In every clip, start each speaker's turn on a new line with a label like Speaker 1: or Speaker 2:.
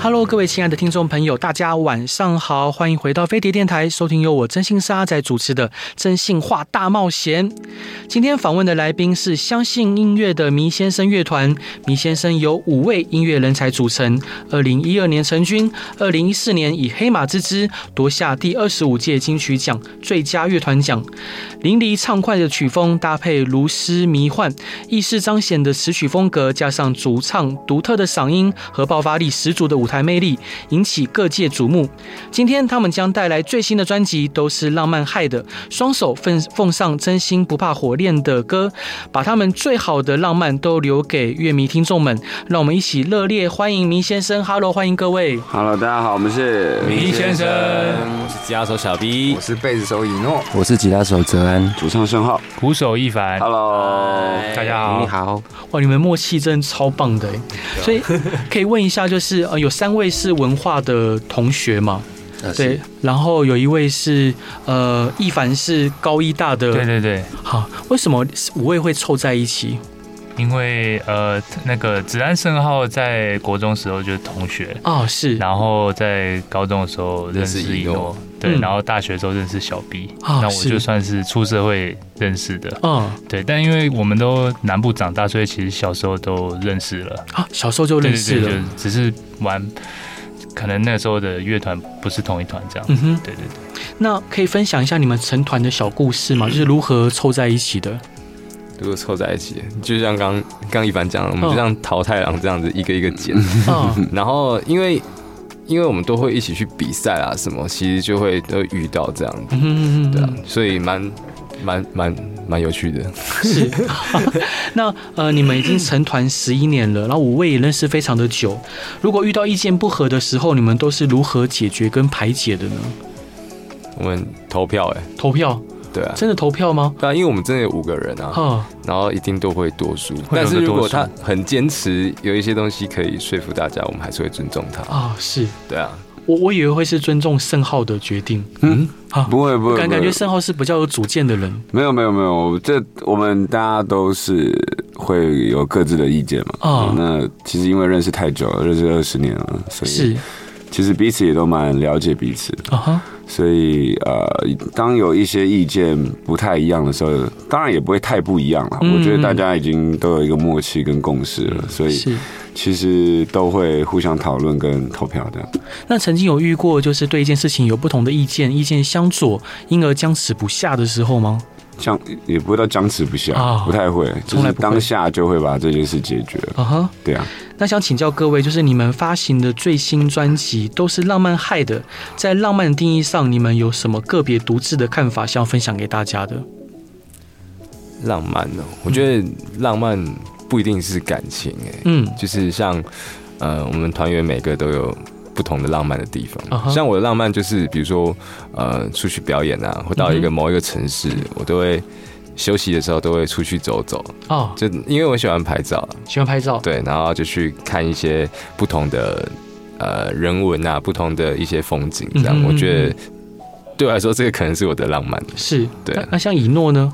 Speaker 1: Hello，各位亲爱的听众朋友，大家晚上好，欢迎回到飞碟电台，收听由我真心是阿仔主持的《真心话大冒险》。今天访问的来宾是相信音乐的迷先生乐团，迷先生由五位音乐人才组成。二零一二年成军，二零一四年以《黑马之姿》夺下第二十五届金曲奖最佳乐团奖。淋漓畅快的曲风搭配如诗迷幻、意式彰显的词曲风格，加上主唱独特的嗓音和爆发力十足的舞台魅力，引起各界瞩目。今天他们将带来最新的专辑，都是浪漫害的，双手奉奉上真心不怕火炼的歌，把他们最好的浪漫都留给乐迷听众们。让我们一起热烈欢迎明先生，Hello，欢迎各位。
Speaker 2: Hello，大家好，我们是
Speaker 3: 明先生
Speaker 4: 我是吉他手小 B，
Speaker 5: 我是贝斯手以诺，
Speaker 6: 我是吉他手泽安。
Speaker 2: 主唱申浩。
Speaker 3: 鼓手一凡
Speaker 2: Hello，
Speaker 3: 大家好
Speaker 6: 你好，
Speaker 1: 哇，你们默契真的超棒的耶，
Speaker 3: 啊
Speaker 1: 所以可以问一下，就是呃，有三位是文化的同学嘛？
Speaker 3: 啊
Speaker 6: 呃
Speaker 1: 对，，然后有一位是呃，一凡是高一大的，
Speaker 3: 对对对，
Speaker 1: 好，为什么五位会凑在一起
Speaker 3: 因为呃，那个子安盛浩在国中时候就是同学，
Speaker 1: 啊？是
Speaker 3: 然后在高中的时候认识一
Speaker 6: 认识一
Speaker 3: 诺
Speaker 6: 诺，
Speaker 3: 对，
Speaker 1: 嗯
Speaker 3: 然后大学的时候认识小 B，
Speaker 1: 啊
Speaker 3: 那我
Speaker 1: 是
Speaker 3: 就算是出社会认识的，
Speaker 1: 嗯
Speaker 3: 对，但因为我们都南部长大，所以其实小时候都认识了，
Speaker 1: 啊，小时候就
Speaker 3: 对
Speaker 1: 认
Speaker 3: 对
Speaker 1: 识
Speaker 3: 对，就
Speaker 1: 了，
Speaker 3: 只是玩，可能那时候的乐团不是同一团这样，
Speaker 1: 嗯哼。
Speaker 3: 对对对。
Speaker 1: 那可以分享一下你们成团的小故事吗？就是如何凑在一起 的？
Speaker 4: 如果凑在一起，就像刚刚一凡讲的，我们就像淘汰郎这样子一个一个剪，
Speaker 1: 啊，
Speaker 4: 然后因为因为我们都会一起去比赛啊什么，其实就会都会遇到这样子，
Speaker 1: 嗯哼嗯
Speaker 4: 对啊
Speaker 1: 哼，，
Speaker 4: 所以蛮蛮蛮蛮有趣的。
Speaker 1: 是。那呃，你们已经成团十一年了，然后五位也认识非常的久。如果遇到意见不合的时候，你们都是如何解决跟排解的呢？
Speaker 4: 我们投票哎、
Speaker 1: 投票？
Speaker 4: 对啊，
Speaker 1: 真的嗯投票吗？
Speaker 4: 对啊，因为我们真的有五个人啊，
Speaker 1: 哈，
Speaker 4: 然后一定都会多数，
Speaker 3: 有
Speaker 4: 但
Speaker 3: 个
Speaker 4: 是如果
Speaker 3: 多
Speaker 4: 他
Speaker 3: 数
Speaker 4: 很坚持有一些东西可以说服大家，我们还是会尊重他。
Speaker 1: 啊，是
Speaker 4: 对啊，
Speaker 1: 我我以为会是尊重盛浩的决定，
Speaker 2: 嗯，
Speaker 1: 啊，
Speaker 2: 不会不会，
Speaker 1: 感
Speaker 2: 不会
Speaker 1: 感觉盛浩是比较有主见的人
Speaker 2: 没有没有没有，这我们大家都是会有各自的意见嘛。
Speaker 3: 哦
Speaker 1: 啊
Speaker 2: 那其实因为认识太久了，认识二十年了，所以
Speaker 1: 是
Speaker 2: 其实彼此也都蛮了解彼此
Speaker 1: 啊
Speaker 2: 的。
Speaker 1: 哈，
Speaker 2: 所以呃，当有一些意见不太一样的时候，当然也不会太不一样了。
Speaker 1: 嗯
Speaker 2: 我觉得大家已经都有一个默契跟共识了，所以
Speaker 1: 是。
Speaker 2: 其实都会互相讨论跟投票这样。
Speaker 1: 那曾经有遇过就是对一件事情有不同的意见，意见相左，因而僵持不下的时候吗？
Speaker 2: 僵也不会到僵持不下，
Speaker 1: 啊
Speaker 2: 不太会，就
Speaker 1: 从来
Speaker 2: 是
Speaker 1: 不会
Speaker 2: 当下就会把这件事解决了。
Speaker 1: 啊哈，
Speaker 2: 对啊，
Speaker 1: 那想请教各位，就是你们发行的最新专辑都是浪漫害的，在浪漫的定义上，你们有什么个别独自的看法，想要分享给大家的？
Speaker 4: 浪漫哦、我觉得浪漫不一定是感情哎、
Speaker 1: 嗯，
Speaker 4: 就是像呃，我们团员每个都有不同的浪漫的地方。
Speaker 1: 啊哈
Speaker 4: 像我的浪漫就是，比如说呃，出去表演啊，或到
Speaker 1: 嗯
Speaker 4: 一个某一个城市，我都会休息的时候都会出去走走，
Speaker 1: 哦，
Speaker 4: 就因为我喜欢拍照，
Speaker 1: 喜欢拍照，
Speaker 4: 对，然后就去看一些不同的呃人文啊，不同的一些风景，这样、
Speaker 1: 嗯哼
Speaker 4: 我觉得。对我来说，这个可能是我的浪漫。
Speaker 1: 是。
Speaker 4: 对
Speaker 1: 那那像以诺呢？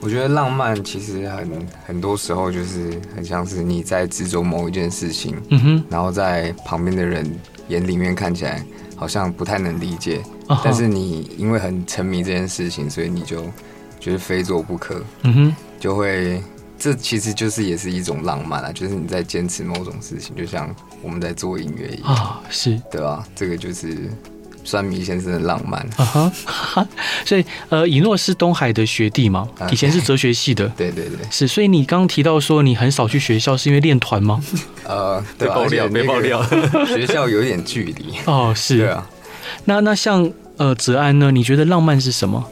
Speaker 5: 我觉得浪漫其实很很多时候就是很像是你在执着某一件事情，
Speaker 1: 嗯哼，
Speaker 5: 然后在旁边的人眼里面看起来好像不太能理解，
Speaker 1: 啊哈
Speaker 5: 但是你因为很沉迷这件事情，所以你就觉得非做不可，
Speaker 1: 嗯哼，
Speaker 5: 就会这其实就是也是一种浪漫啊，就是你在坚持某种事情，就像我们在做音乐一样，
Speaker 1: 啊，是
Speaker 5: 对吧、这个就是算米先生的浪漫，
Speaker 1: 啊哈，哈哈 所以呃，以诺是东海的学弟嘛，
Speaker 5: 啊
Speaker 1: 以前是哲学系的，
Speaker 5: 对对对。
Speaker 1: 是，所以你刚刚提到说你很少去学校，是因为练团吗？
Speaker 5: 呃，对吧
Speaker 4: 被爆料被爆料，
Speaker 5: 而且那个学校有点距离。
Speaker 1: 哦，是，
Speaker 5: 对啊，
Speaker 1: 那那像呃哲安呢？你觉得浪漫是什么？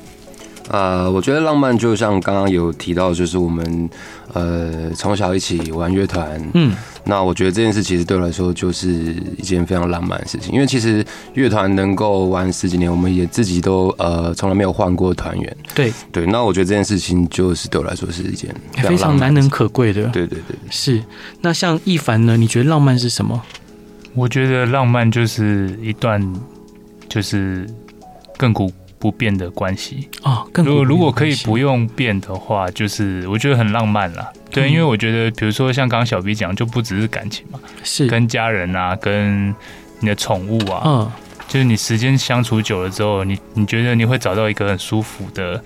Speaker 6: 呃，我觉得浪漫就像刚刚有提到，就是我们呃从小一起玩乐团，
Speaker 1: 嗯，
Speaker 6: 那我觉得这件事其实对我来说就是一件非常浪漫的事情，因为其实乐团能够玩十几年，我们也自己都呃从来没有换过团员。
Speaker 1: 对，
Speaker 6: 对，那我觉得这件事情就是对我来说是一件
Speaker 1: 非常
Speaker 6: 浪漫
Speaker 1: 难能可贵的。
Speaker 6: 对对对，
Speaker 1: 是，那像一凡呢？你觉得浪漫是什么？
Speaker 3: 我觉得浪漫就是一段就是亘古不变的关系。
Speaker 1: 哦，更
Speaker 3: 如果如果可以不
Speaker 1: 用，
Speaker 3: 用变的话，就是我觉得很浪漫啦。对，
Speaker 1: 嗯
Speaker 3: 因为我觉得，比如说像刚刚小 B 讲，就不只是感情嘛，
Speaker 1: 是，
Speaker 3: 跟家人啊，跟你的宠物啊，
Speaker 1: 嗯，
Speaker 3: 就是你时间相处久了之后，你你觉得你会找到一个很舒服的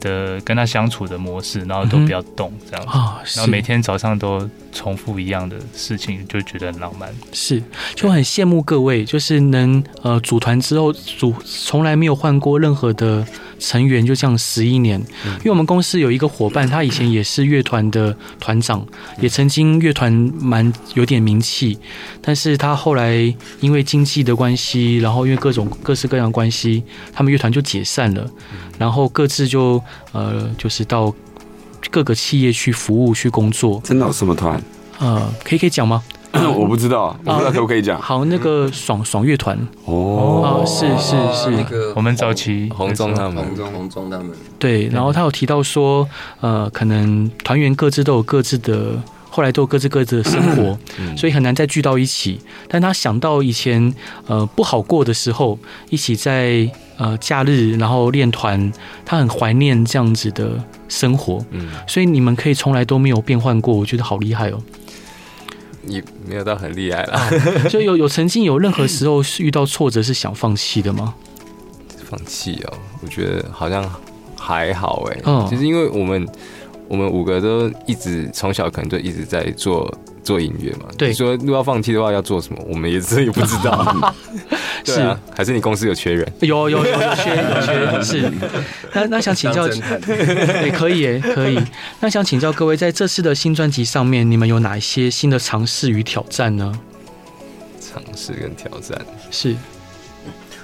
Speaker 3: 的跟他相处的模式，然后都
Speaker 1: 嗯哼
Speaker 3: 不要动这样子。
Speaker 1: 哦，是
Speaker 3: 然后每天早上都重复一样的事情，就觉得很浪漫。
Speaker 1: 是，就很羡慕各位，就是能呃组团之后组从来没有换过任何的成员，就这样十一年。因为我们公司有一个伙伴，他以前也是乐团的团长，也曾经乐团蛮有点名气，但是他后来因为经济的关系，然后因为各种各式各样的关系，他们乐团就解散了，然后各自就呃就是到各个企业去服务去工作。
Speaker 2: 真的有什么团？
Speaker 1: 呃，可以可以讲吗？
Speaker 2: 我不知道，我不知道可不可以讲。
Speaker 1: 好，那个爽爽乐团，
Speaker 2: 哦，
Speaker 1: 哦，是是是，
Speaker 5: 那个
Speaker 3: 我们早期
Speaker 4: 红中他们
Speaker 5: 红中
Speaker 6: 红中他们
Speaker 1: 对。然后他有提到说，呃，可能团员各自都有各自的，后来都有各自各自的生活，所以很难再聚到一起。但他想到以前呃不好过的时候，一起在呃假日然后练团，他很怀念这样子的生活。
Speaker 4: 嗯
Speaker 1: 所以你们可以从来都没有变换过，我觉得好厉害哦。
Speaker 4: 也没有到很厉害啦，
Speaker 1: 所以有有曾经有任何时候是遇到挫折是想放弃的吗？
Speaker 4: 放弃哦，我觉得好像还好哎、
Speaker 1: 嗯
Speaker 4: 就是因为我们我们五个都一直从小可能就一直在做做音乐嘛，
Speaker 1: 对
Speaker 4: 你说如果要放弃的话要做什么，我们也自己不知 道，对啊，还是你公司有缺 人，
Speaker 1: 有有有有缺有缺是，那那想请教， 也可以耶可以。那想请教各位，在这次的新专辑上面，你们有哪一些新的尝试与挑战呢？
Speaker 4: 尝试跟挑战，
Speaker 1: 是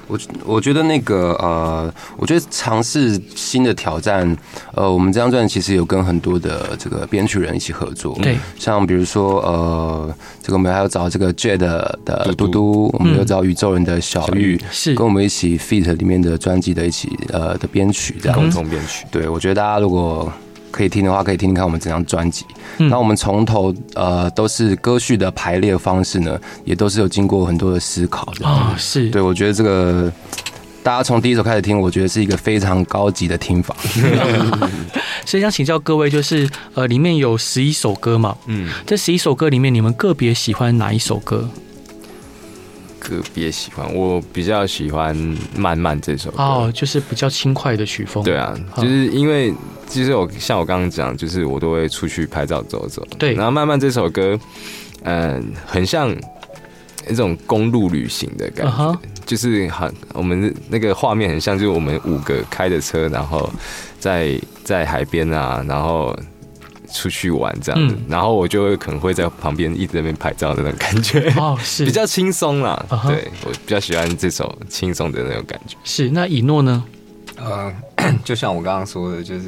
Speaker 6: 我我觉得那个呃，我觉得尝试新的挑战，呃，我们这张专辑其实有跟很多的这个编曲人一起合作，
Speaker 1: 对，
Speaker 6: 像比如说呃，这个我们还有找这个 J 的的
Speaker 4: 嘟嘟
Speaker 6: 嘟嘟，我们有找宇宙人的小玉，
Speaker 1: 嗯是
Speaker 6: 跟我们一起 feat 里面的专辑的一起呃的编曲这样
Speaker 4: 共
Speaker 6: 子。
Speaker 4: 同编曲，
Speaker 6: 对，我觉得大家如果可以听的话，可以听听看我们整张专辑。
Speaker 1: 嗯
Speaker 6: 那我们从头呃都是歌序的排列方式呢，也都是有经过很多的思考的。
Speaker 1: 啊、是
Speaker 6: 对，我觉得这个大家从第一首开始听，我觉得是一个非常高级的听法。
Speaker 1: 所以想请教各位，就是呃，里面有十一首歌嘛，
Speaker 4: 嗯，
Speaker 1: 这十一首歌里面，你们个别喜欢哪一首歌？
Speaker 4: 个别喜欢，我比较喜欢慢慢这首歌，
Speaker 1: 哦，就是比较轻快的曲风，
Speaker 4: 对啊，
Speaker 1: 好
Speaker 4: 就是因为其实我像我刚刚讲，就是我都会出去拍照走走。
Speaker 1: 对
Speaker 4: 然后慢慢这首歌，嗯、很像一种公路旅行的
Speaker 1: 嗯
Speaker 4: 感觉
Speaker 1: 哼，
Speaker 4: 就是很我们那个画面很像，就是我们五个开着车，然后在在海边啊，然后。出去玩这样子，
Speaker 1: 嗯
Speaker 4: 然后我就会可能会在旁边一直在那边拍照的那种感觉，
Speaker 1: 哦，是
Speaker 4: 比较轻松啦。
Speaker 1: 嗯哼
Speaker 4: 对我比较喜欢这首轻松的那种感觉。
Speaker 1: 是。那以诺呢？
Speaker 5: 呃，就像我刚刚说的，就是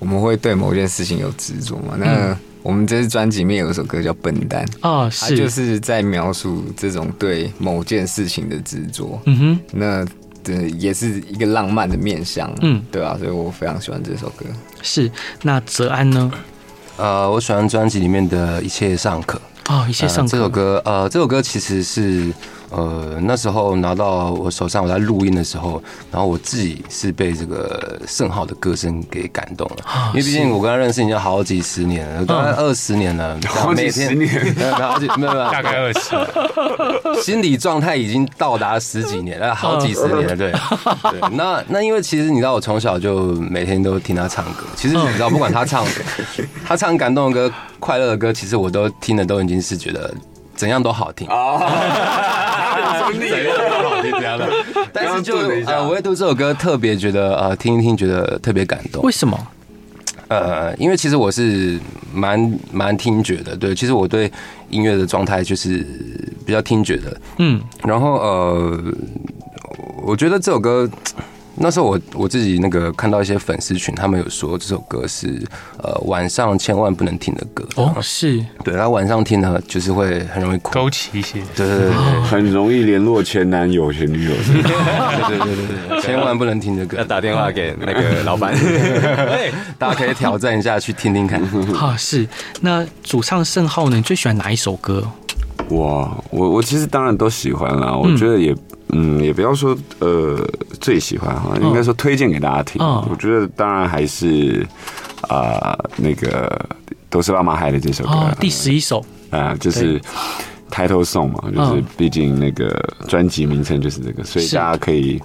Speaker 5: 我们会对某件事情有执着嘛。那我们这次专辑里面有一首歌叫《笨蛋》，
Speaker 1: 啊、
Speaker 5: 它
Speaker 1: 是，
Speaker 5: 就是在描述这种对某件事情的执着。
Speaker 1: 嗯哼，
Speaker 5: 那这也是一个浪漫的面相，
Speaker 1: 嗯
Speaker 5: 嗯，对啊，所以我非常喜欢这首歌。
Speaker 1: 是。那泽安呢？
Speaker 6: 呃，我喜欢专辑里面的一切上课。
Speaker 1: 哦，一些上
Speaker 6: 呃、这首
Speaker 1: 课，
Speaker 6: 歌，呃，这首歌其实是呃那时候拿到我手上，我在录音的时候，然后我自己是被这个盛浩的歌声给感动了，
Speaker 1: 啊
Speaker 6: 因为毕竟我跟他认识已经好几十年了，大概二十年了，然后
Speaker 2: 好
Speaker 6: 每
Speaker 2: 几
Speaker 6: 天
Speaker 2: 十年，
Speaker 6: 没有没有好几没有没有
Speaker 3: 大概二十，
Speaker 6: 心理状态已经到达十几年
Speaker 2: 嗯
Speaker 6: 了，好几十年了，对。对， 那那因为其实你知道，我从小就每天都听他唱歌。其实你 知道，不管他唱他唱感动的歌、快乐的歌，其实我都听的都已经是觉得怎样都好听。
Speaker 2: 啊
Speaker 6: 怎样都好听，怎样都好听。但是就
Speaker 2: 刚刚顿了一下
Speaker 6: 呃，我会对这首歌特别觉得呃，听一听觉得特别感动
Speaker 1: 为。什么？
Speaker 6: 呃，因为其实我是蛮蛮听觉的，对，其实我对音乐的状态就是比较听觉的。
Speaker 1: 嗯，
Speaker 6: 然后呃，我觉得这首歌那时候我我自己那个看到一些粉丝群，他们有说这首歌是呃晚上千万不能听的歌
Speaker 1: 哦，是
Speaker 6: 对，他晚上听了就是会很容易哭。
Speaker 3: 勾起一些
Speaker 6: 对对对
Speaker 2: 很容易联络前男友、前女友。
Speaker 6: 对对对对对，千万不能听这
Speaker 4: 要
Speaker 6: 歌，
Speaker 4: 打电
Speaker 1: 啊
Speaker 4: 话给那个老板。
Speaker 6: 大家可以挑战一下去听听看。
Speaker 1: 哈、啊是。那主唱盛浩呢？你最喜欢哪一首歌？
Speaker 2: 哇，我我其实当然都喜欢啦，我觉得也嗯也不要说呃最喜欢
Speaker 1: 哦
Speaker 2: 哈，应该说推荐给大家听。
Speaker 1: 嗯
Speaker 2: 我觉得当然还是啊、那个都是爸妈害的这首歌
Speaker 1: 哦
Speaker 2: 啊，、
Speaker 1: 第十一首，
Speaker 2: 啊就是。抬头送嘛，就是
Speaker 1: 嗯
Speaker 2: 毕竟那个专辑名称就是这个，所以
Speaker 1: 是
Speaker 2: 大家可以，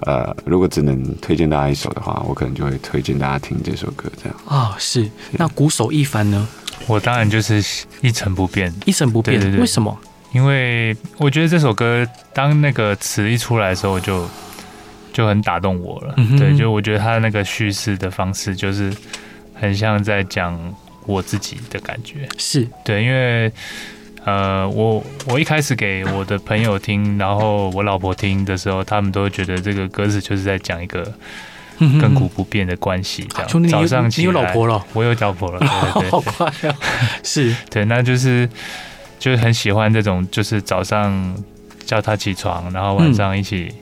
Speaker 2: 呃，如果只能推荐大家一首的话，我可能就会推荐大家听这首歌这样。
Speaker 1: 啊、是。那鼓手一凡呢？
Speaker 3: 我当然就是一成不变，
Speaker 1: 一成不变，
Speaker 3: 对对对
Speaker 1: 为什么？
Speaker 3: 因为我觉得这首歌当那个词一出来的时候，我就就很打动我了。
Speaker 1: 嗯哼
Speaker 3: 对，就我觉得他的那个叙事的方式，就是很像在讲我自己的感觉。
Speaker 1: 是
Speaker 3: 对，因为呃，我我一开始给我的朋友听，然后我老婆听的时候，他们都觉得这个歌词就是在讲一个
Speaker 1: 嗯
Speaker 3: 亘古不变的关系。这样，
Speaker 1: 啊兄弟你有
Speaker 3: 早上起来
Speaker 1: 你有老婆了，
Speaker 3: 我有老婆了，对 对
Speaker 1: 好
Speaker 3: 对
Speaker 1: 快啊！是
Speaker 3: 对，那就是就是很喜欢这种，就是早上叫他起床，然后
Speaker 1: 嗯
Speaker 3: 晚上一起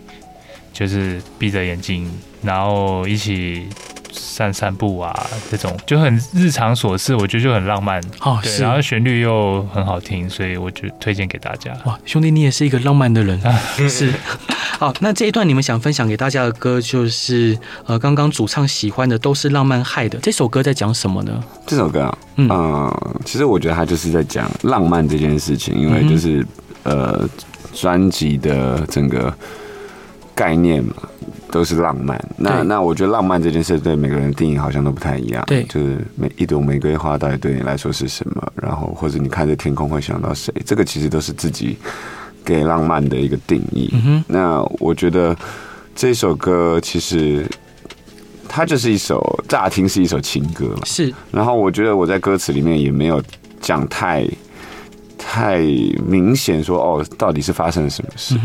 Speaker 3: 就是闭着眼睛，然后一起散散步啊，这种就很日常琐事，我觉得就很浪漫。
Speaker 1: 哦，
Speaker 3: 对，
Speaker 1: 是
Speaker 3: 然后旋律又很好听，所以我就推荐给大家。
Speaker 1: 哇，兄弟，你也是一个浪漫的人，
Speaker 3: 嗯
Speaker 1: 是。 好，那这一段你们想分享给大家的歌就是，呃，刚刚主唱喜欢的都是浪漫害的这首歌在讲什么呢？
Speaker 2: 这首歌啊，
Speaker 1: 嗯
Speaker 2: 嗯、其实我觉得它就是在讲浪漫这件事情，因
Speaker 1: 嗯
Speaker 2: 为就是、呃，专辑的整个概念嘛，都是浪漫。那
Speaker 1: 对
Speaker 2: 那我觉得浪漫这件事对每个人的定义好像都不太一样。
Speaker 1: 对
Speaker 2: 就是每一朵玫瑰花到底对你来说是什么，然后或者你看着天空会想到谁，这个其实都是自己给浪漫的一个定义。
Speaker 1: 嗯
Speaker 2: 那我觉得这首歌其实它就是一首乍听是一首情歌嘛
Speaker 1: 哼，，是
Speaker 2: 然后我觉得我在歌词里面也没有讲太太明显说哦，到底是发生了什么事。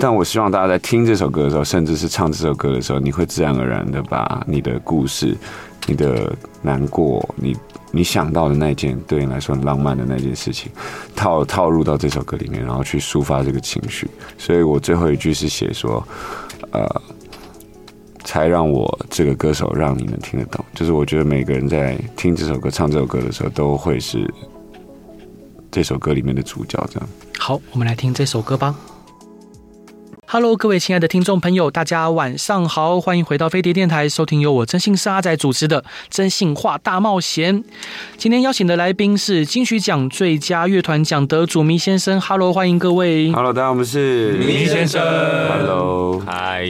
Speaker 2: 但我希望大家在听这首歌的时候，甚至是唱这首歌的时候，你会自然而然的把你的故事、你的难过、你你想到的那件对你来说很浪漫的那件事情，套套入到这首歌里面，然后去抒发这个情绪。所以我最后一句是写说，呃。才让我这个歌手让你能听得懂，就是我觉得每个人在听这首歌、唱这首歌的时候，都会是这首歌里面的主角，这样。
Speaker 1: 好，我们来听这首歌吧。Hello，各位亲爱的听众朋友，大家晚上好，欢迎回到飞碟电台，收听由我真心是阿仔主持的《真心话大冒险》。今天邀请的来宾是金曲奖最佳乐团奖得主迷先生，Hello，欢迎各位。
Speaker 2: Hello，大家好，我们是
Speaker 4: 林先生
Speaker 2: Hello，
Speaker 4: 嗨，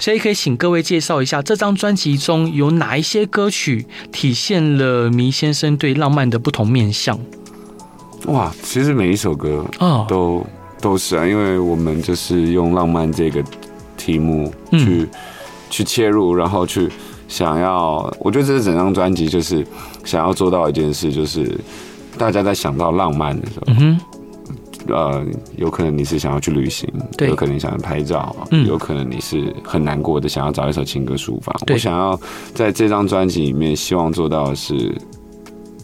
Speaker 1: 所以可以请各位介绍一下这张专辑中有哪一些歌曲体现了迷先生对浪漫的不同面向
Speaker 2: 哇，其实每一首歌
Speaker 1: 啊、哦？
Speaker 2: 都都是啊，因为我们就是用浪漫这个题目
Speaker 1: 嗯
Speaker 2: 去、去切入，然后去想要，我觉得这是整张专辑就是想要做到一件事，就是大家在想到浪漫的时候，
Speaker 1: 嗯哼，
Speaker 2: 呃，有可能你是想要去旅行，
Speaker 1: 对
Speaker 2: 有可能你想要拍照，
Speaker 1: 嗯
Speaker 2: 有可能你是很难过的，想要找一首情歌抒发。
Speaker 1: 对
Speaker 2: 我想要在这张专辑里面，希望做到的是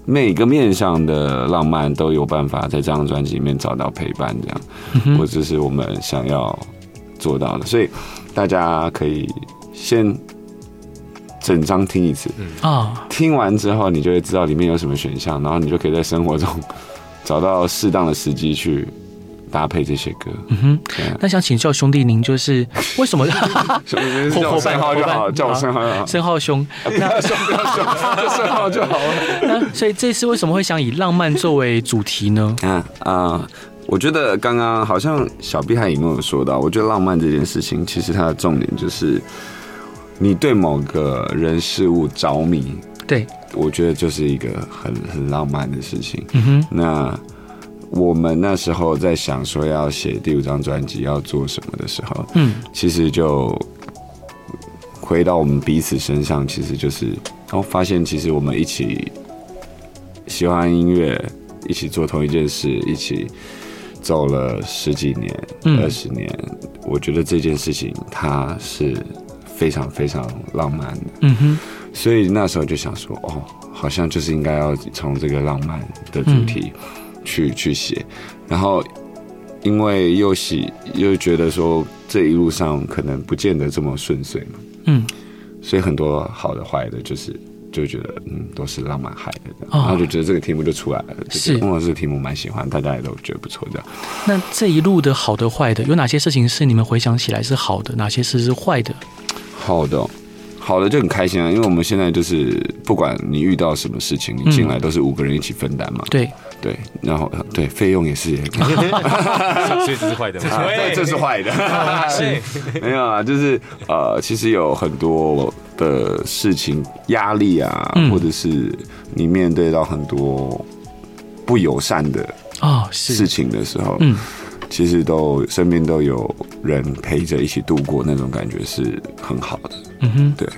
Speaker 2: 每个面上的浪漫都有办法在这张专辑里面找到陪伴，这样，
Speaker 1: 嗯哼
Speaker 2: 我这是我们想要做到的，所以大家可以先。整张听一次，
Speaker 1: 啊，
Speaker 2: 听完之后，你就会知道里面有什么选项，然后你就可以在生活中找到适当的时机去搭配这些歌。
Speaker 1: 嗯哼
Speaker 2: 对啊，
Speaker 1: 那想请教兄弟您，就是为什么
Speaker 2: 所以就是叫
Speaker 1: 伙
Speaker 2: 我
Speaker 1: 伴
Speaker 2: 生号就
Speaker 1: 伙
Speaker 2: 好，
Speaker 1: 伴嗯
Speaker 2: 叫我生号就 好，
Speaker 1: 申浩兄？那
Speaker 2: 不要凶，就生号就好了。
Speaker 1: 那 所以这次为什么会想以浪漫作为主题呢？
Speaker 2: 嗯啊、我觉得刚刚好像小碧还有没有说到，我觉得浪漫这件事情，其实它的重点就是你对某个人事物着迷，
Speaker 1: 对，
Speaker 2: 我觉得就是一个很很浪漫的事情。
Speaker 1: 嗯哼，
Speaker 2: 那我们那时候在想说要写第五张专辑要做什么的时候，
Speaker 1: 嗯，
Speaker 2: 其实就回到我们彼此身上，其实就是，然后发现其实我们一起喜欢音乐，一起做同一件事，一起走了十几年、
Speaker 1: 嗯
Speaker 2: 二十年，我觉得这件事情它是非常非常浪漫的，
Speaker 1: 嗯哼，
Speaker 2: 所以那时候就想说，哦，好像就是应该要从这个浪漫的主题
Speaker 1: 嗯
Speaker 2: 去、去写，然后因为又喜又觉得说这一路上可能不见得这么顺遂嘛，
Speaker 1: 嗯
Speaker 2: 所以很多好的坏的，就是就觉得嗯都是浪漫害的这样，
Speaker 1: 哦
Speaker 2: 然后就觉得这个题目就出来了，
Speaker 1: 是
Speaker 2: 这个我这个题目蛮喜欢，大家也都觉得不错这样。
Speaker 1: 那这一路的好的坏的，有哪些事情是你们回想起来是好的，哪些事是坏的？
Speaker 2: 好的哦，好的就很开心啊，因为我们现在就是不管你遇到什么事情，你
Speaker 1: 嗯
Speaker 2: 进来都是五个人一起分担嘛，
Speaker 1: 对，
Speaker 2: 对，然后呃对费用 也是也
Speaker 4: 所以这是坏的
Speaker 2: 啊
Speaker 4: 吗？
Speaker 2: 对，这 是坏的，是 没有啊，就是呃，其实有很多的事情压力啊，
Speaker 1: 嗯
Speaker 2: 或者是你面对到很多不友善的
Speaker 1: 哦，是，
Speaker 2: 事情的时候，
Speaker 1: 嗯，
Speaker 2: 其实都身边都有人陪着一起度过，那种感觉是很好的。
Speaker 1: 嗯哼，
Speaker 2: 对。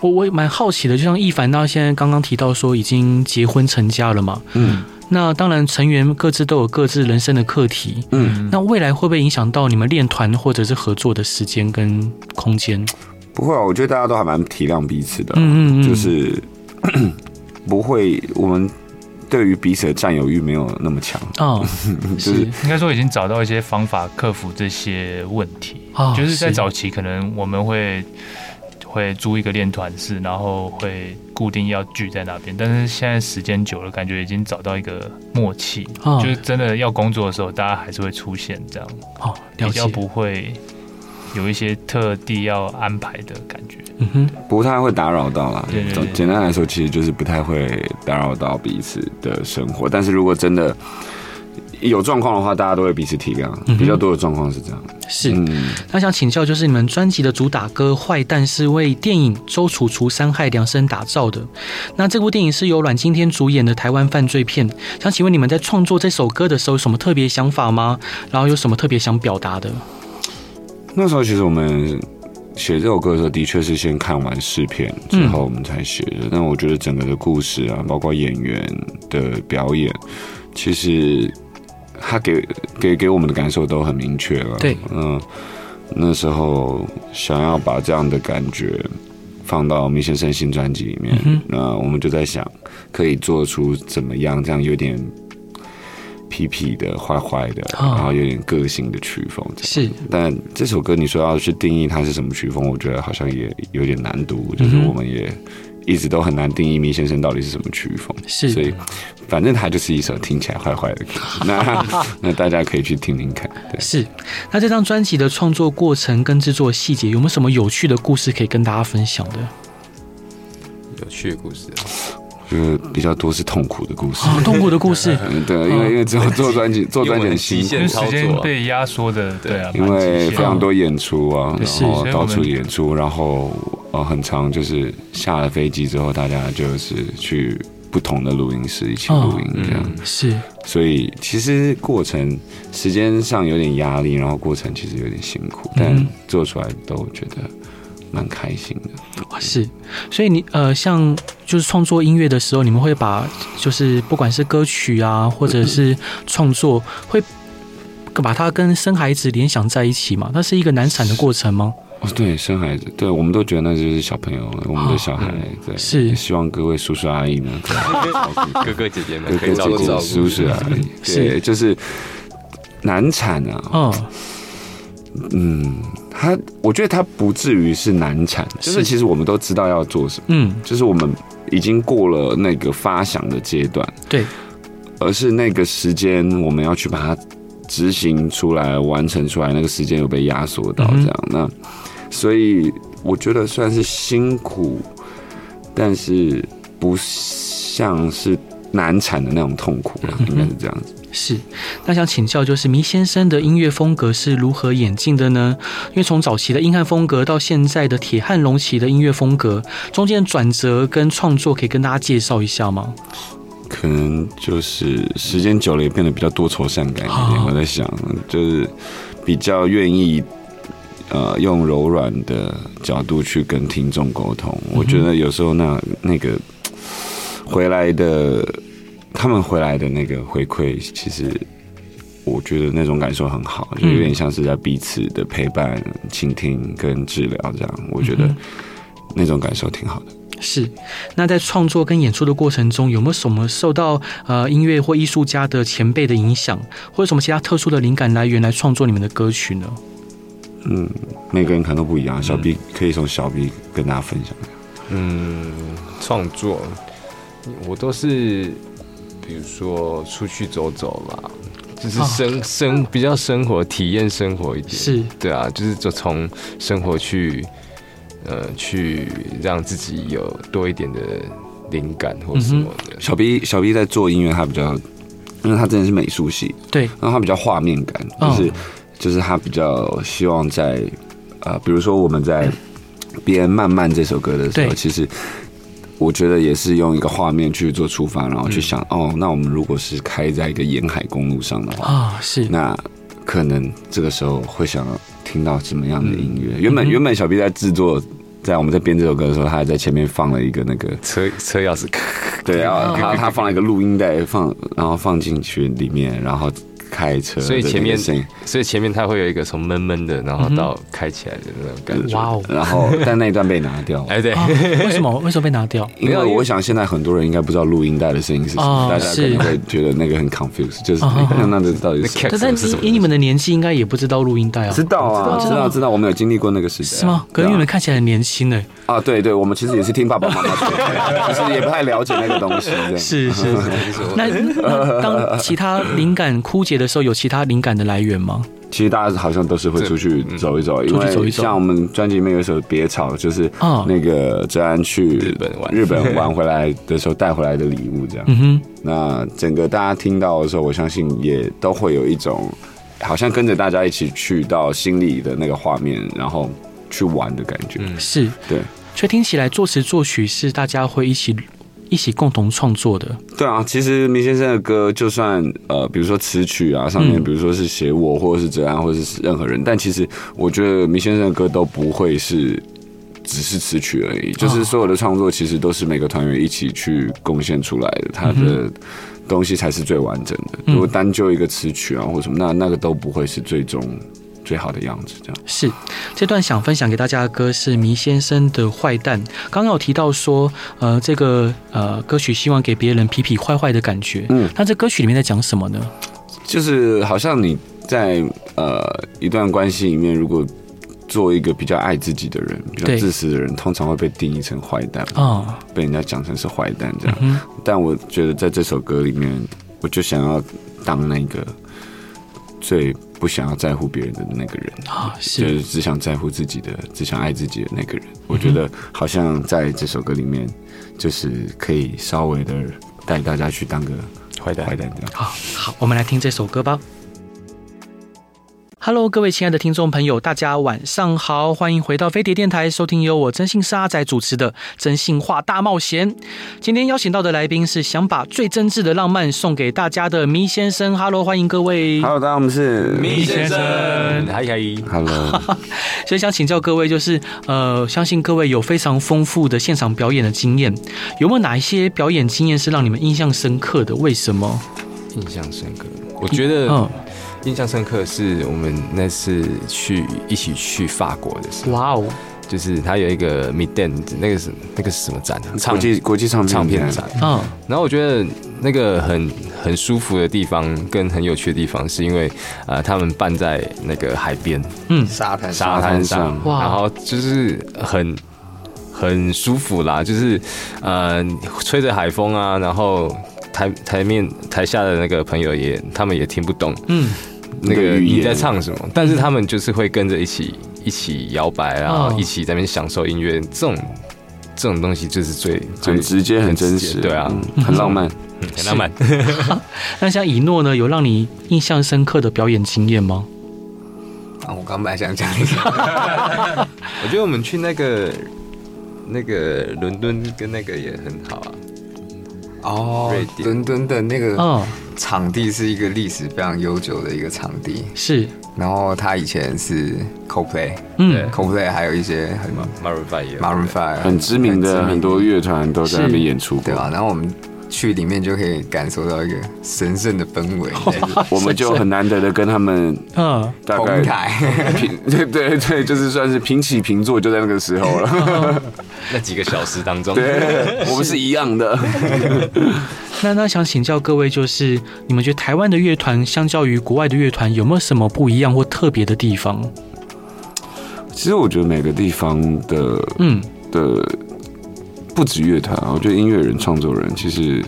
Speaker 1: 我我也蛮好奇的，就像一凡到现在刚刚提到说已经结婚成家了嘛，
Speaker 2: 嗯
Speaker 1: 那当然成员各自都有各自人生的课题，
Speaker 2: 嗯，
Speaker 1: 那未来会不会影响到你们练团或者是合作的时间跟空间？
Speaker 2: 不会啊，我觉得大家都还蛮体谅彼此的，啊
Speaker 1: 嗯嗯嗯
Speaker 2: 就是 不会我们。对于彼此的占有欲没有那么强，
Speaker 1: 哦，
Speaker 2: 就是
Speaker 3: 应该说已经找到一些方法克服这些问题。
Speaker 1: 哦
Speaker 3: 就是在
Speaker 1: 是
Speaker 3: 早期，可能我们会会租一个练团室，然后会固定要聚在那边。但是现在时间久了，感觉已经找到一个默契，
Speaker 1: 哦
Speaker 3: 就是真的要工作的时候，大家还是会出现这样，
Speaker 1: 哦，了
Speaker 3: 比
Speaker 1: 解
Speaker 3: 较，不会有一些特地要安排的感觉。
Speaker 1: 嗯哼，
Speaker 2: 不太会打扰到啦。
Speaker 3: 对对对
Speaker 2: 简单来说，其实就是不太会打扰到彼此的生活。但是如果真的有状况的话，大家都会彼此体谅。
Speaker 1: 嗯哼
Speaker 2: 比较多的状况是这样。
Speaker 1: 是。
Speaker 2: 嗯，
Speaker 1: 那想请教，就是你们专辑的主打歌《坏蛋》是为电影《周楚除三害》量身打造的。那这部电影是由阮经天主演的台湾犯罪片。想请问你们在创作这首歌的时候有什么特别想法吗？然后有什么特别想表达的？
Speaker 2: 那时候其实我们写这首歌的时候，的确是先看完试片之后我们才写的。但我觉得整个的故事啊，包括演员的表演，其实他给给给我们的感受都很明确了。
Speaker 1: 对，
Speaker 2: 嗯，那时候想要把这样的感觉。放到米先生新专辑里面，
Speaker 1: 嗯哼
Speaker 2: 那我们就在想，可以做出怎么样这样有点痞痞的、坏坏的，
Speaker 1: 啊
Speaker 2: 然后有点个性的曲风，这样
Speaker 1: 是，
Speaker 2: 但这首歌你说要去定义它是什么曲风，我觉得好像也有点难度，就是
Speaker 1: 嗯哼
Speaker 2: 我们也一直都很难定义米先生到底是什么曲风，
Speaker 1: 是
Speaker 2: 所以反正它就是一首听起来坏坏的歌，那那大家可以去听听看，对。
Speaker 1: 是。那这张专辑的创作过程跟制作细节有没有什么有趣的故事可以跟大家分享 的？
Speaker 4: 有趣的故事，啊
Speaker 2: 就是比较多是痛苦的故事，
Speaker 1: 啊，痛苦的故 事，
Speaker 2: 嗯对，因为因为只有做专辑，做专辑很辛
Speaker 4: 因
Speaker 2: 苦
Speaker 4: 为我们，
Speaker 3: 因
Speaker 4: 很
Speaker 3: 为
Speaker 4: 操
Speaker 3: 时
Speaker 4: 作
Speaker 3: 间
Speaker 4: 啊
Speaker 3: 被压缩的，对啊，
Speaker 2: 因
Speaker 3: 蛮极
Speaker 2: 为
Speaker 3: 限
Speaker 2: 非常多演出啊，然
Speaker 1: 是
Speaker 2: 后
Speaker 3: 所以我
Speaker 2: 到
Speaker 3: 们
Speaker 2: 处演出，然后呃，很长就是下了飞机之后，大家就是去不同的录音室一起录音这样。
Speaker 1: 是
Speaker 2: 所以其实过程时间上有点压力，然后过程其实有点辛苦，但做出来都觉得蛮开心的。
Speaker 1: 哇啊是，所以你呃，像就是创作音乐的时候，你们会把就是不管是歌曲啊，或者是创作，会把它跟生孩子联想在一起嘛？那是一个难产的过程吗？
Speaker 2: 哦，对，生孩子，对我们都觉得那就是小朋友了，我们的小孩，对，
Speaker 1: 是
Speaker 2: 也希望各位叔叔阿姨们可以
Speaker 4: 哥哥姐姐们
Speaker 2: 多
Speaker 4: 可以照
Speaker 2: 多
Speaker 4: 顾
Speaker 2: 照
Speaker 4: 照
Speaker 2: 顾叔
Speaker 4: 顾。
Speaker 2: 叔阿姨，
Speaker 1: 是
Speaker 2: 对，就是难产啊，
Speaker 1: 嗯，
Speaker 2: 嗯，他我觉得他不至于是难产，就是
Speaker 1: 是
Speaker 2: 其实我们都知道要做什么，
Speaker 1: 嗯，
Speaker 2: 就是我们已经过了那个发想的阶段。
Speaker 1: 对，
Speaker 2: 而是那个时间我们要去把它执行出来、完成出来，那个时间有被压缩到
Speaker 1: 嗯哼
Speaker 2: 这样。那所以我觉得算是辛苦，但是不像是难产的那种痛苦啦，应该是这样子。
Speaker 1: 是。那想请教，就是迷先生的音乐风格是如何演进的呢？因为从早期的硬汉风格到现在的铁汉隆起的音乐风格，中间的转折跟创作，可以跟大家介绍一下吗？
Speaker 2: 可能就是时间久了也变得比较多愁善感一点。
Speaker 1: 哦
Speaker 2: 我在想，就是比较愿意呃用柔软的角度去跟听众沟通。我觉得有时候那那个回来的他们回来的那个回馈，其实我觉得那种感受很好，就有点像是在彼此的陪伴、倾听跟治疗这样，我觉得那种感受挺好的。
Speaker 1: 是，那在创作跟演出的过程中，有没有什么受到呃音乐或艺术家的前辈的影响，或者什么其他特殊的灵感来源来创作你们的歌曲呢？
Speaker 2: 嗯，每个人可能都不一样，小 B 可以从小 B 跟大家分享。
Speaker 4: 嗯，创作，我都是比如说出去走走吧，就是生、生比较生活体验生活一点，
Speaker 1: 是
Speaker 4: 对啊，啊就是就从生活去呃去让自己有多一点的灵感或什么的，
Speaker 2: 小 B 小 B 在做音乐，他比较，因为他真的是美术系，
Speaker 1: 对，
Speaker 2: 然后他比较画面感，
Speaker 1: 嗯
Speaker 2: 就是、就是他比较希望在呃，比如说我们在编《慢慢》这首歌的时候，
Speaker 1: 对
Speaker 2: 其实我觉得也是用一个画面去做出发，然后去想、哦，那我们如果是开在一个沿海公路上的话，
Speaker 1: 啊，是，
Speaker 2: 那可能这个时候会想要听到什么样的音乐？原本原本小 B 在制作。在我们在编这首歌的时候，他还在前面放了一个那个
Speaker 4: 车车钥匙，
Speaker 2: 对啊，他他放了一个录音带放，然后放进去里面，然后开车的
Speaker 4: 所
Speaker 2: 那
Speaker 4: 以
Speaker 2: 个声音，
Speaker 4: 前面所以前面它会有一个从闷闷的，然后到开起来的那种感觉，
Speaker 1: 哇哦，
Speaker 2: 然后但那一段被拿掉了。
Speaker 4: 哎对，
Speaker 1: 啊为什么为什么被拿掉？
Speaker 2: 因为我想现在很多人应该不知道录音带的声音是什
Speaker 1: 哦
Speaker 2: 么，大家可
Speaker 1: 是
Speaker 2: 能会觉得那个很 confused，就是
Speaker 1: 哦
Speaker 2: 那那这到底是什么？
Speaker 1: 但但以以你们的年纪，应该也不知道录音带啊，
Speaker 2: 知道啊，知道知道，我们有经历过那个时代啊，
Speaker 1: 是吗？可是
Speaker 2: 对啊
Speaker 1: 你们看起来很年轻欸呢。
Speaker 2: 啊，对对，我们其实也是听爸爸妈妈说的，就是也不太了解那个东西，这样
Speaker 1: 是是， 那那当其他灵感枯竭的时候，有其他灵感的来源吗？
Speaker 2: 其实大家好像都是会出去走一走，因
Speaker 1: 出去走一
Speaker 2: 为
Speaker 1: 走
Speaker 2: 像我们专辑里面有一首《别吵》，就是
Speaker 1: 啊
Speaker 2: 那个哲安去
Speaker 4: 日本玩
Speaker 2: 日本玩回来的时候带回来的礼物，这样。
Speaker 1: 嗯
Speaker 2: 那整个大家听到的时候，我相信也都会有一种好像跟着大家一起去到心里的那个画面，然后去玩的感觉。
Speaker 1: 哼，是，
Speaker 2: 对，
Speaker 1: 所以听起来作词作曲是大家会一起一起共同创作的。
Speaker 2: 对啊，其实明先生的歌，就算呃，比如说词曲啊上面，
Speaker 1: 嗯
Speaker 2: 比如说是写我，或者是哲安，或者是任何人，但其实我觉得明先生的歌都不会是只是词曲而已，就是所有的创作其实都是每个团员一起去贡献出来的，他的东西才是最完整的。如果单就一个词曲啊或什么，那那个都不会是最终最好的样子。这样
Speaker 1: 是，这段想分享给大家的歌是迷先生的《坏蛋》。刚刚有提到说，呃，这个呃歌曲希望给别人痞痞坏坏的感觉。嗯，那这歌曲里面在讲什么呢？
Speaker 2: 就是好像你在呃一段关系里面，如果做一个比较爱自己的人，比较
Speaker 1: 对
Speaker 2: 自私的人，通常会被定义成坏蛋，
Speaker 1: 啊、
Speaker 2: 被人家讲成是坏蛋这样。
Speaker 1: 嗯，
Speaker 2: 但我觉得在这首歌里面，我就想要当那个最不想要在乎别人的那个人，
Speaker 1: 啊，
Speaker 2: 就是是只想在乎自己的、只想爱自己的那个
Speaker 1: 嗯
Speaker 2: 人。我觉得好像在这首歌里面，就是可以稍微的带大家去当个
Speaker 4: 坏蛋
Speaker 2: 坏蛋这样。
Speaker 1: 好，好，我们来听这首歌吧。Hello，各位亲爱的听众朋友，大家晚上好，欢迎回到飞碟电台，收听由我真心是阿仔主持的《真心话大冒险》。今天邀请到的来宾是想把最真挚的浪漫送给大家的咪先生。Hello，欢迎各位。
Speaker 2: Hello，大家好，我们是
Speaker 3: 易先生，
Speaker 4: 嗨嗨，
Speaker 2: Hello，
Speaker 1: 所以想请教各位，就是呃，相信各位有非常丰富的现场表演的经验，有没有哪一些表演经验是让你们印象深刻的？为什么？
Speaker 4: 印象深刻，我觉得
Speaker 1: 嗯，
Speaker 4: 印象深刻是我们那次去一起去法国的时候，
Speaker 1: 哇哦，
Speaker 4: 就是他有一个 Mid d a n 那个是那个是什么展啊？
Speaker 2: 国际国际唱片
Speaker 4: 唱片展。
Speaker 1: 嗯，
Speaker 4: 然后我觉得那个很很舒服的地方跟很有趣的地方，是因为呃他们办在那个海边
Speaker 5: 沙滩
Speaker 4: 沙滩上，
Speaker 1: 哇
Speaker 4: 然后就是很。很舒服啦，就是，呃，吹着海风啊，然后台台面台下的那个朋友也，他们也听不懂，
Speaker 1: 嗯，
Speaker 4: 那个
Speaker 2: 语
Speaker 4: 你
Speaker 2: 言
Speaker 4: 在唱什么，但是他们就是会跟着一起一起摇摆啊，然
Speaker 1: 哦
Speaker 4: 后一起在那边享受音乐，这种这种东西就是最最
Speaker 2: 很直接，很真实，
Speaker 4: 对啊，
Speaker 2: 嗯很浪漫。
Speaker 4: 很浪漫。
Speaker 1: 那像以诺呢，有让你印象深刻的表演经验吗？
Speaker 5: 啊，我刚本来想讲一个，
Speaker 4: 我觉得我们去那个那个伦敦跟那个也很好啊，
Speaker 5: 哦
Speaker 4: 瑞，典
Speaker 5: 伦敦的那个
Speaker 1: 嗯，
Speaker 5: 场地是一个历史非常悠久的一个场地，
Speaker 1: 是，
Speaker 5: 然后它以前是 Coldplay，Coldplay
Speaker 1: 嗯，
Speaker 5: 还有一些很啊
Speaker 4: Maroon Five 也有
Speaker 5: Maroon Five
Speaker 2: 很知名的很多乐团都在那边演出过
Speaker 5: 对，吧？然后我们去里面就可以感受到一个神圣的氛围，
Speaker 2: 我们就很难得的跟他们
Speaker 1: 嗯，
Speaker 2: 大概
Speaker 5: 同台。
Speaker 2: 平， 对对对，就是算是平起平坐，就在那个时候了。
Speaker 4: 那几个小时当 中，
Speaker 2: 对，我们是一样的。
Speaker 1: 那那想请教各位，就是你们觉得台湾的乐团相较于国外的乐团有没有什么不一样或特别的地方？
Speaker 2: 其实我觉得每个地方的
Speaker 1: 嗯
Speaker 2: 的不止乐团啊，我觉得音乐人、创作人其实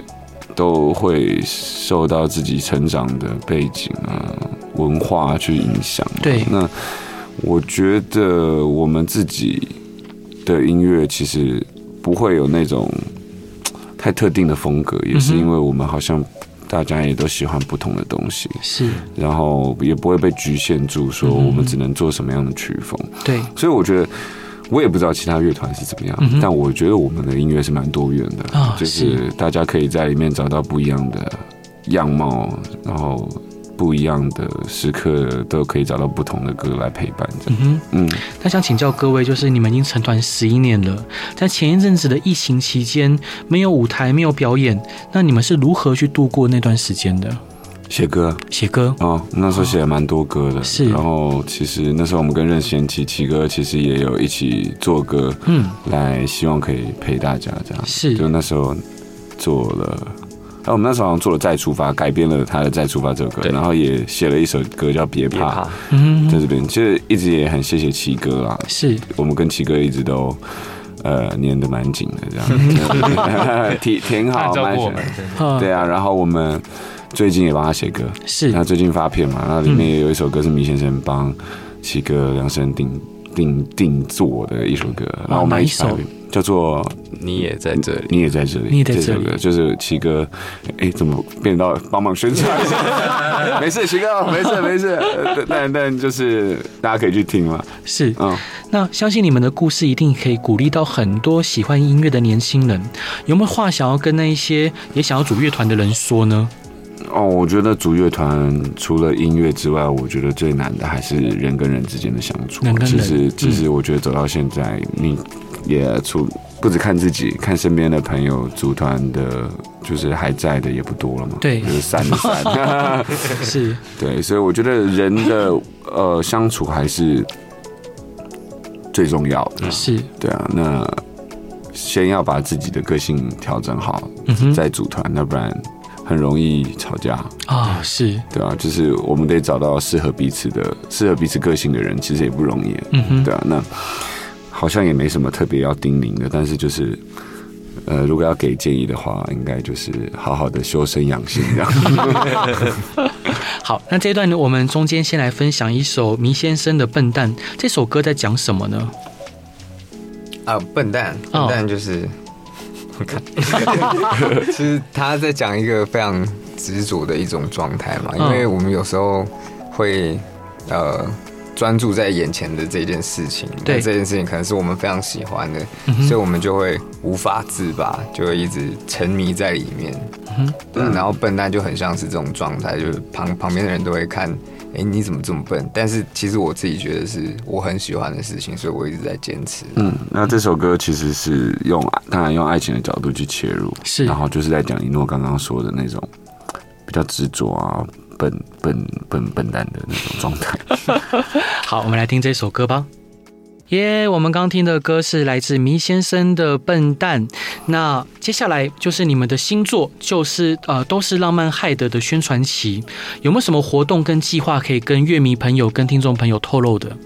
Speaker 2: 都会受到自己成长的背景啊、文化去影响嘛。
Speaker 1: 对
Speaker 2: 那我觉得我们自己的音乐其实不会有那种嘖太特定的风格，也
Speaker 1: 嗯
Speaker 2: 是
Speaker 1: 哼
Speaker 2: 因为我们好像大家也都喜欢不同的东西，
Speaker 1: 是
Speaker 2: 然后也不会被局限住，说我们只能做什么样的曲风。
Speaker 1: 对，
Speaker 2: 所以我觉得我也不知道其他乐团是怎么样，
Speaker 1: 嗯哼
Speaker 2: 但我觉得我们的音乐是蛮多元的，
Speaker 1: 啊
Speaker 2: 就是大家可以在里面找到不一样的样貌，然后不一样的时刻都可以找到不同的歌来陪伴这样。
Speaker 1: 嗯哼。
Speaker 2: 嗯，
Speaker 1: 那想请教各位，就是你们已经成团十一年了，在前一阵子的疫情期间，没有舞台，没有表演，那你们是如何去度过那段时间的？
Speaker 2: 写歌
Speaker 1: 写歌，
Speaker 2: 哦，那时候写了蛮多歌的，
Speaker 1: 是
Speaker 2: 然后其实那时候我们跟任贤齐齐哥其实也有一起做歌，
Speaker 1: 嗯，
Speaker 2: 来希望可以陪大家这样。
Speaker 1: 是
Speaker 2: 就那时候做了，啊，我们那时候好像做了《再出发》，改编了他的《再出发》这首歌，
Speaker 4: 对
Speaker 2: 然后也写了一首歌叫《别
Speaker 4: 别
Speaker 2: 怕
Speaker 4: 怕》，
Speaker 1: 嗯
Speaker 2: 在
Speaker 1: 哼，
Speaker 2: 这边，其实一直也很谢谢奇哥啦，
Speaker 1: 是
Speaker 2: 我们跟奇哥一直都。呃，粘的蛮紧的，这样 挺挺
Speaker 3: 他
Speaker 2: 好，
Speaker 3: 照
Speaker 2: 蛮
Speaker 3: 顾我
Speaker 2: 喜
Speaker 3: 们
Speaker 2: 欢。，
Speaker 3: 真的
Speaker 1: 啊
Speaker 2: 对啊，然后我们最近也帮他写歌，
Speaker 1: 是
Speaker 2: 他最近发片嘛，那里面也有一首歌是米先生帮奇哥量身定定定做的一首歌，然后我们一起
Speaker 1: 哪
Speaker 2: 发
Speaker 1: 一首
Speaker 2: 片，叫做
Speaker 4: 你也在这里，
Speaker 2: 你也在这里，
Speaker 1: 你也在这里
Speaker 2: 首歌就是奇哥，哎，怎么变到帮忙宣传一 下？没事，奇哥，没事没事，呃但但就是大家可以去听嘛，
Speaker 1: 是，
Speaker 2: 嗯，
Speaker 1: 那相信你们的故事一定可以鼓励到很多喜欢音乐的年轻人，有没有话想要跟那一些也想要组乐团的人说呢？
Speaker 2: 哦，我觉得组乐团除了音乐之外，我觉得最难的还是人跟人之间的相处啊
Speaker 1: 人。跟
Speaker 2: 其
Speaker 1: 人
Speaker 2: 实，其
Speaker 1: 嗯
Speaker 2: 实我觉得走到现在，你也除不只看自己，看身边的朋友，组团的，就是还在的也不多了嘛。
Speaker 1: 对
Speaker 2: 就是散 就散。
Speaker 1: 是，
Speaker 2: 对，所以我觉得人的呃相处还是最重要的。
Speaker 1: 是，
Speaker 2: 对啊，那先要把自己的个性调整好，
Speaker 1: 嗯哼，
Speaker 2: 再组团，要不然很容易吵架。
Speaker 1: 啊、是，
Speaker 2: 对啊，就是我们得找到适合彼此的、适合彼此个性的人，其实也不容易。
Speaker 1: 嗯哼，
Speaker 2: 对啊，那好像也没什么特别要叮咛的，但是就是。呃，如果要给建议的话，应该就是好好的修身养性这样。
Speaker 1: 好，那这一段呢，我们中间先来分享一首迷先生的《笨蛋》这首歌在讲什么呢？
Speaker 5: 啊，笨蛋，
Speaker 1: 哦
Speaker 5: 笨蛋就是， 我看， 就是他在讲一个非常执着的一种状态嘛，
Speaker 1: 嗯
Speaker 5: 因为我们有时候会呃专注在眼前的这件事情，
Speaker 1: 对嗯
Speaker 5: 那这件事情可能是我们非常喜欢的，
Speaker 1: 哼
Speaker 5: 所以我们就会无法自拔，就会一直沉迷在里面。
Speaker 1: 嗯
Speaker 5: 对啊，然后笨蛋就很像是这种状态，就是旁旁边的人都会看，哎、你怎么这么笨？但是其实我自己觉得是我很喜欢的事情，所以我一直在坚持。
Speaker 2: 嗯，那这首歌其实是用当然用爱情的角度去切入，
Speaker 1: 是
Speaker 2: 然后就是在讲一诺刚刚说的那种比较执着啊、笨笨笨笨蛋的那种状态。
Speaker 1: 好，我们来听这首歌吧。耶、我们刚听的歌是来自迷先生的《笨蛋》。那接下来就是你们的新作，就是呃，都是浪漫害德的宣传期，有没有什么活动跟计划可以跟乐迷朋友、跟听众朋友透露的？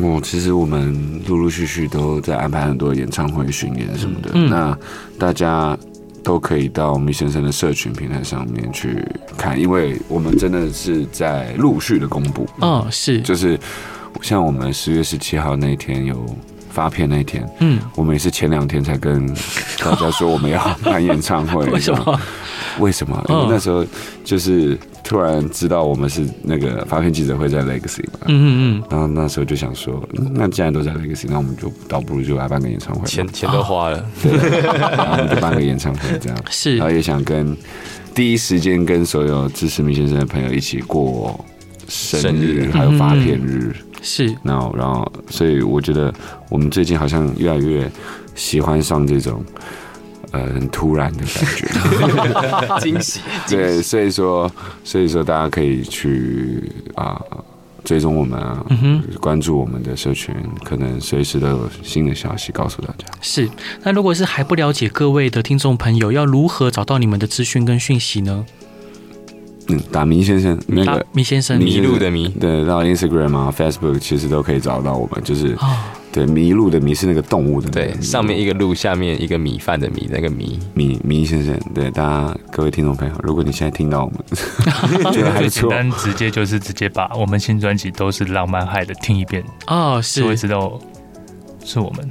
Speaker 2: 我其实我们陆陆续续都在安排很多演唱会巡演什么的，
Speaker 1: 嗯
Speaker 2: 那大家都可以到米先生的社群平台上面去看，因为我们真的是在陆续的公布，
Speaker 1: 嗯，是，
Speaker 2: 就是像我们十月十七号那一天有发片那一天，
Speaker 1: 嗯，
Speaker 2: 我们也是前两天才 跟大家说我们要办演唱会，
Speaker 1: 为什
Speaker 2: 这样
Speaker 1: 么？
Speaker 2: 为什么？因
Speaker 1: 嗯
Speaker 2: 为那时候就是突然知道我们是那个发片记者会在 Legacy 嘛，
Speaker 1: 嗯嗯嗯，
Speaker 2: 然后那时候就想说，嗯那既然都在 Legacy，那我们就倒不如就来办个演唱会吧，
Speaker 4: 钱钱都花了，
Speaker 2: 然后我们就办个演唱会这样。
Speaker 1: 是
Speaker 2: 然后也想跟第一时间跟所有支持明先生的朋友一起过生
Speaker 4: 生
Speaker 2: 日，
Speaker 4: 日
Speaker 2: 还有发片日。
Speaker 1: 是，
Speaker 2: 那我然后，所以我觉得我们最近好像越来越喜欢上这种呃很突然的感觉。
Speaker 5: 惊喜，
Speaker 2: 对，所以说，所以说大家可以去啊、追踪我们啊，关注我们的社群，可能随时都有新的消息告诉大家。
Speaker 1: 是，那如果是还不了解各位的听众朋友，要如何找到你们的资讯跟讯息呢？
Speaker 2: 嗯，打迷先生那
Speaker 1: 啊
Speaker 2: 个
Speaker 1: 米先生，
Speaker 2: 迷
Speaker 4: 迷路的迷
Speaker 2: 对，到 Instagram 啊、Facebook 其实都可以找到我们，就是
Speaker 1: 啊，
Speaker 2: 对迷路的迷是那个动物的那个
Speaker 4: 对，
Speaker 2: 迷
Speaker 4: 上面一个路，下面一个米饭的米，那个米。
Speaker 2: 迷迷先生，对大家各位听众朋友，如果你现在听到我们，觉得还不
Speaker 3: 最简
Speaker 2: 错，
Speaker 3: 单直接就是直接把我们新专辑都是浪漫派的听一遍，
Speaker 1: 哦，
Speaker 3: 就会
Speaker 1: 是
Speaker 3: 知道是我们。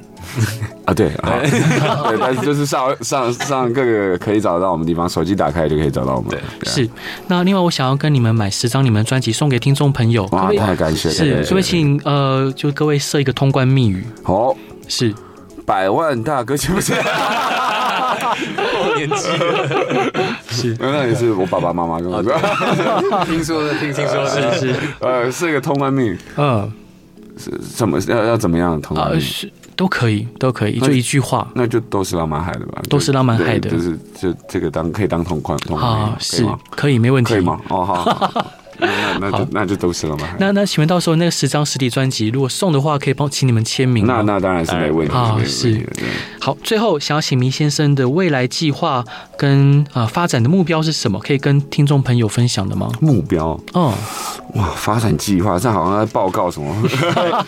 Speaker 2: 啊，对，好， 对，但是就是上上上各个可以找到我们地方，手机打开就可以找到我们。对啊，
Speaker 1: 是。那另外，我想要跟你们买十张你们专辑送给听众朋友，
Speaker 2: 哇，太感谢，太
Speaker 1: 是，
Speaker 2: 感
Speaker 1: 所以
Speaker 2: 谢。
Speaker 1: 请呃，就各位设一个通关密语，
Speaker 2: 好，
Speaker 1: 是
Speaker 2: 百万大哥是不 是？
Speaker 5: 年纪
Speaker 1: 啊
Speaker 2: 那也是我爸爸妈妈跟我说，
Speaker 5: 听说的，听说的，
Speaker 1: 是 是，
Speaker 2: 呃，是个通关密语，
Speaker 1: 嗯
Speaker 2: 怎么要要怎么样通关
Speaker 1: 啊
Speaker 2: 密语？
Speaker 1: 是都可以，都可以，
Speaker 2: 嗯那
Speaker 1: 就一句话，
Speaker 2: 那就都是浪漫海的吧？
Speaker 1: 都是浪漫海的
Speaker 2: 对就是就这个当可以当同款同款密语
Speaker 1: 啊
Speaker 2: 吗，嗯可
Speaker 1: 是
Speaker 2: 以吗？
Speaker 1: 可以，没问题
Speaker 2: 可以。吗？哦，好，好好那那那就那就都是浪漫海。
Speaker 1: 那那请问到时候那个十张实体专辑，如果送的话，可以帮请你们签名吗
Speaker 2: 那那当然是没问题，
Speaker 1: 啊
Speaker 2: 没问
Speaker 1: 是
Speaker 2: 题的。对
Speaker 1: 好，最后想要请迷先生的未来计划跟呃发展的目标是什么？可以跟听众朋友分享的吗？
Speaker 2: 目标
Speaker 1: 哦，
Speaker 2: 哇，发展计划，这好像在报告什么？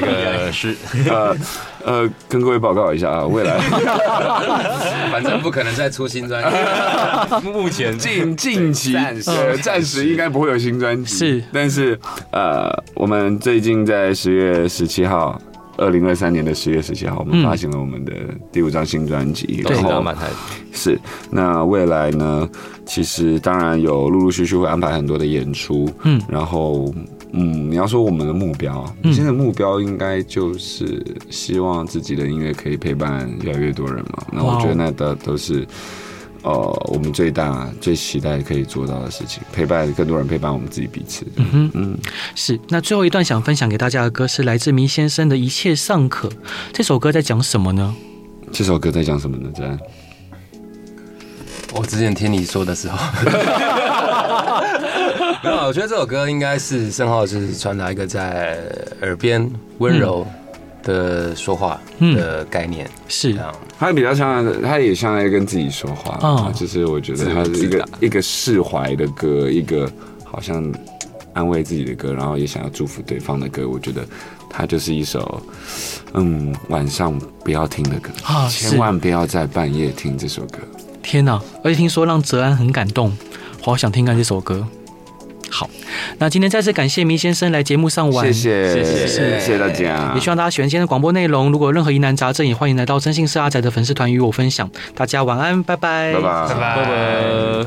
Speaker 4: 个是
Speaker 2: 呃呃，跟各位报告一下啊，未来
Speaker 6: 反正不可能再出新专辑。
Speaker 4: 目前
Speaker 2: 近近期
Speaker 5: 暂时
Speaker 2: 呃暂时应该不会有新专
Speaker 1: 嗯
Speaker 2: 辑，
Speaker 1: 是
Speaker 2: 但是呃，我们最近在十月十七号。二零二三年的十月十七号，我们
Speaker 1: 嗯
Speaker 2: 发行了我们的第五张新专辑，
Speaker 4: 都
Speaker 2: 然
Speaker 4: 是
Speaker 2: 后
Speaker 4: 浪漫派。
Speaker 2: 是，那未来呢？其实当然有陆陆续续会安排很多的演出，
Speaker 1: 嗯
Speaker 2: 然后嗯，你要说我们的目标啊，
Speaker 1: 嗯
Speaker 2: 现在的目标应该就是希望自己的音乐可以陪伴越来越多人嘛。那
Speaker 1: 哇哦
Speaker 2: 我觉得那都都是。呃，我们最大最期待可以做到的事情，陪伴更多人，陪伴我们自己彼此。
Speaker 1: 嗯哼，
Speaker 2: 嗯，
Speaker 1: 是。那最后一段想分享给大家的歌是来自迷先生的《一切尚可》，这首歌在讲什么呢？
Speaker 2: 这首歌在讲什么呢？真
Speaker 6: 我之前听你说的时候，没有，我觉得这首歌应该是郑浩是传达一个在耳边温柔的说话
Speaker 1: 嗯
Speaker 6: 的概念，
Speaker 1: 是
Speaker 6: 这，样。
Speaker 2: 他比较像，他也像在跟自己说话，
Speaker 1: 哦
Speaker 2: 就是我觉得他是一
Speaker 5: 自
Speaker 2: 个一个释怀的歌，一个好像安慰自己的歌，然后也想要祝福对方的歌。我觉得它就是一首，嗯，晚上不要听的歌，
Speaker 1: 啊是
Speaker 2: 千万不要在半夜听这首歌。
Speaker 1: 天哪！而且听说让泽安很感动，我好想听看这首歌。好，那今天再次感谢迷先生来节目上玩，
Speaker 2: 谢谢，
Speaker 5: 谢
Speaker 2: 谢
Speaker 5: 谢
Speaker 2: 谢大家
Speaker 1: 也，希望大家喜欢今天的广播内容。如果有任何疑难杂症，也欢迎来到真心是阿宅的粉丝团与我分享。大家晚安，拜拜，
Speaker 2: 拜拜。
Speaker 3: 拜拜。
Speaker 4: 呃，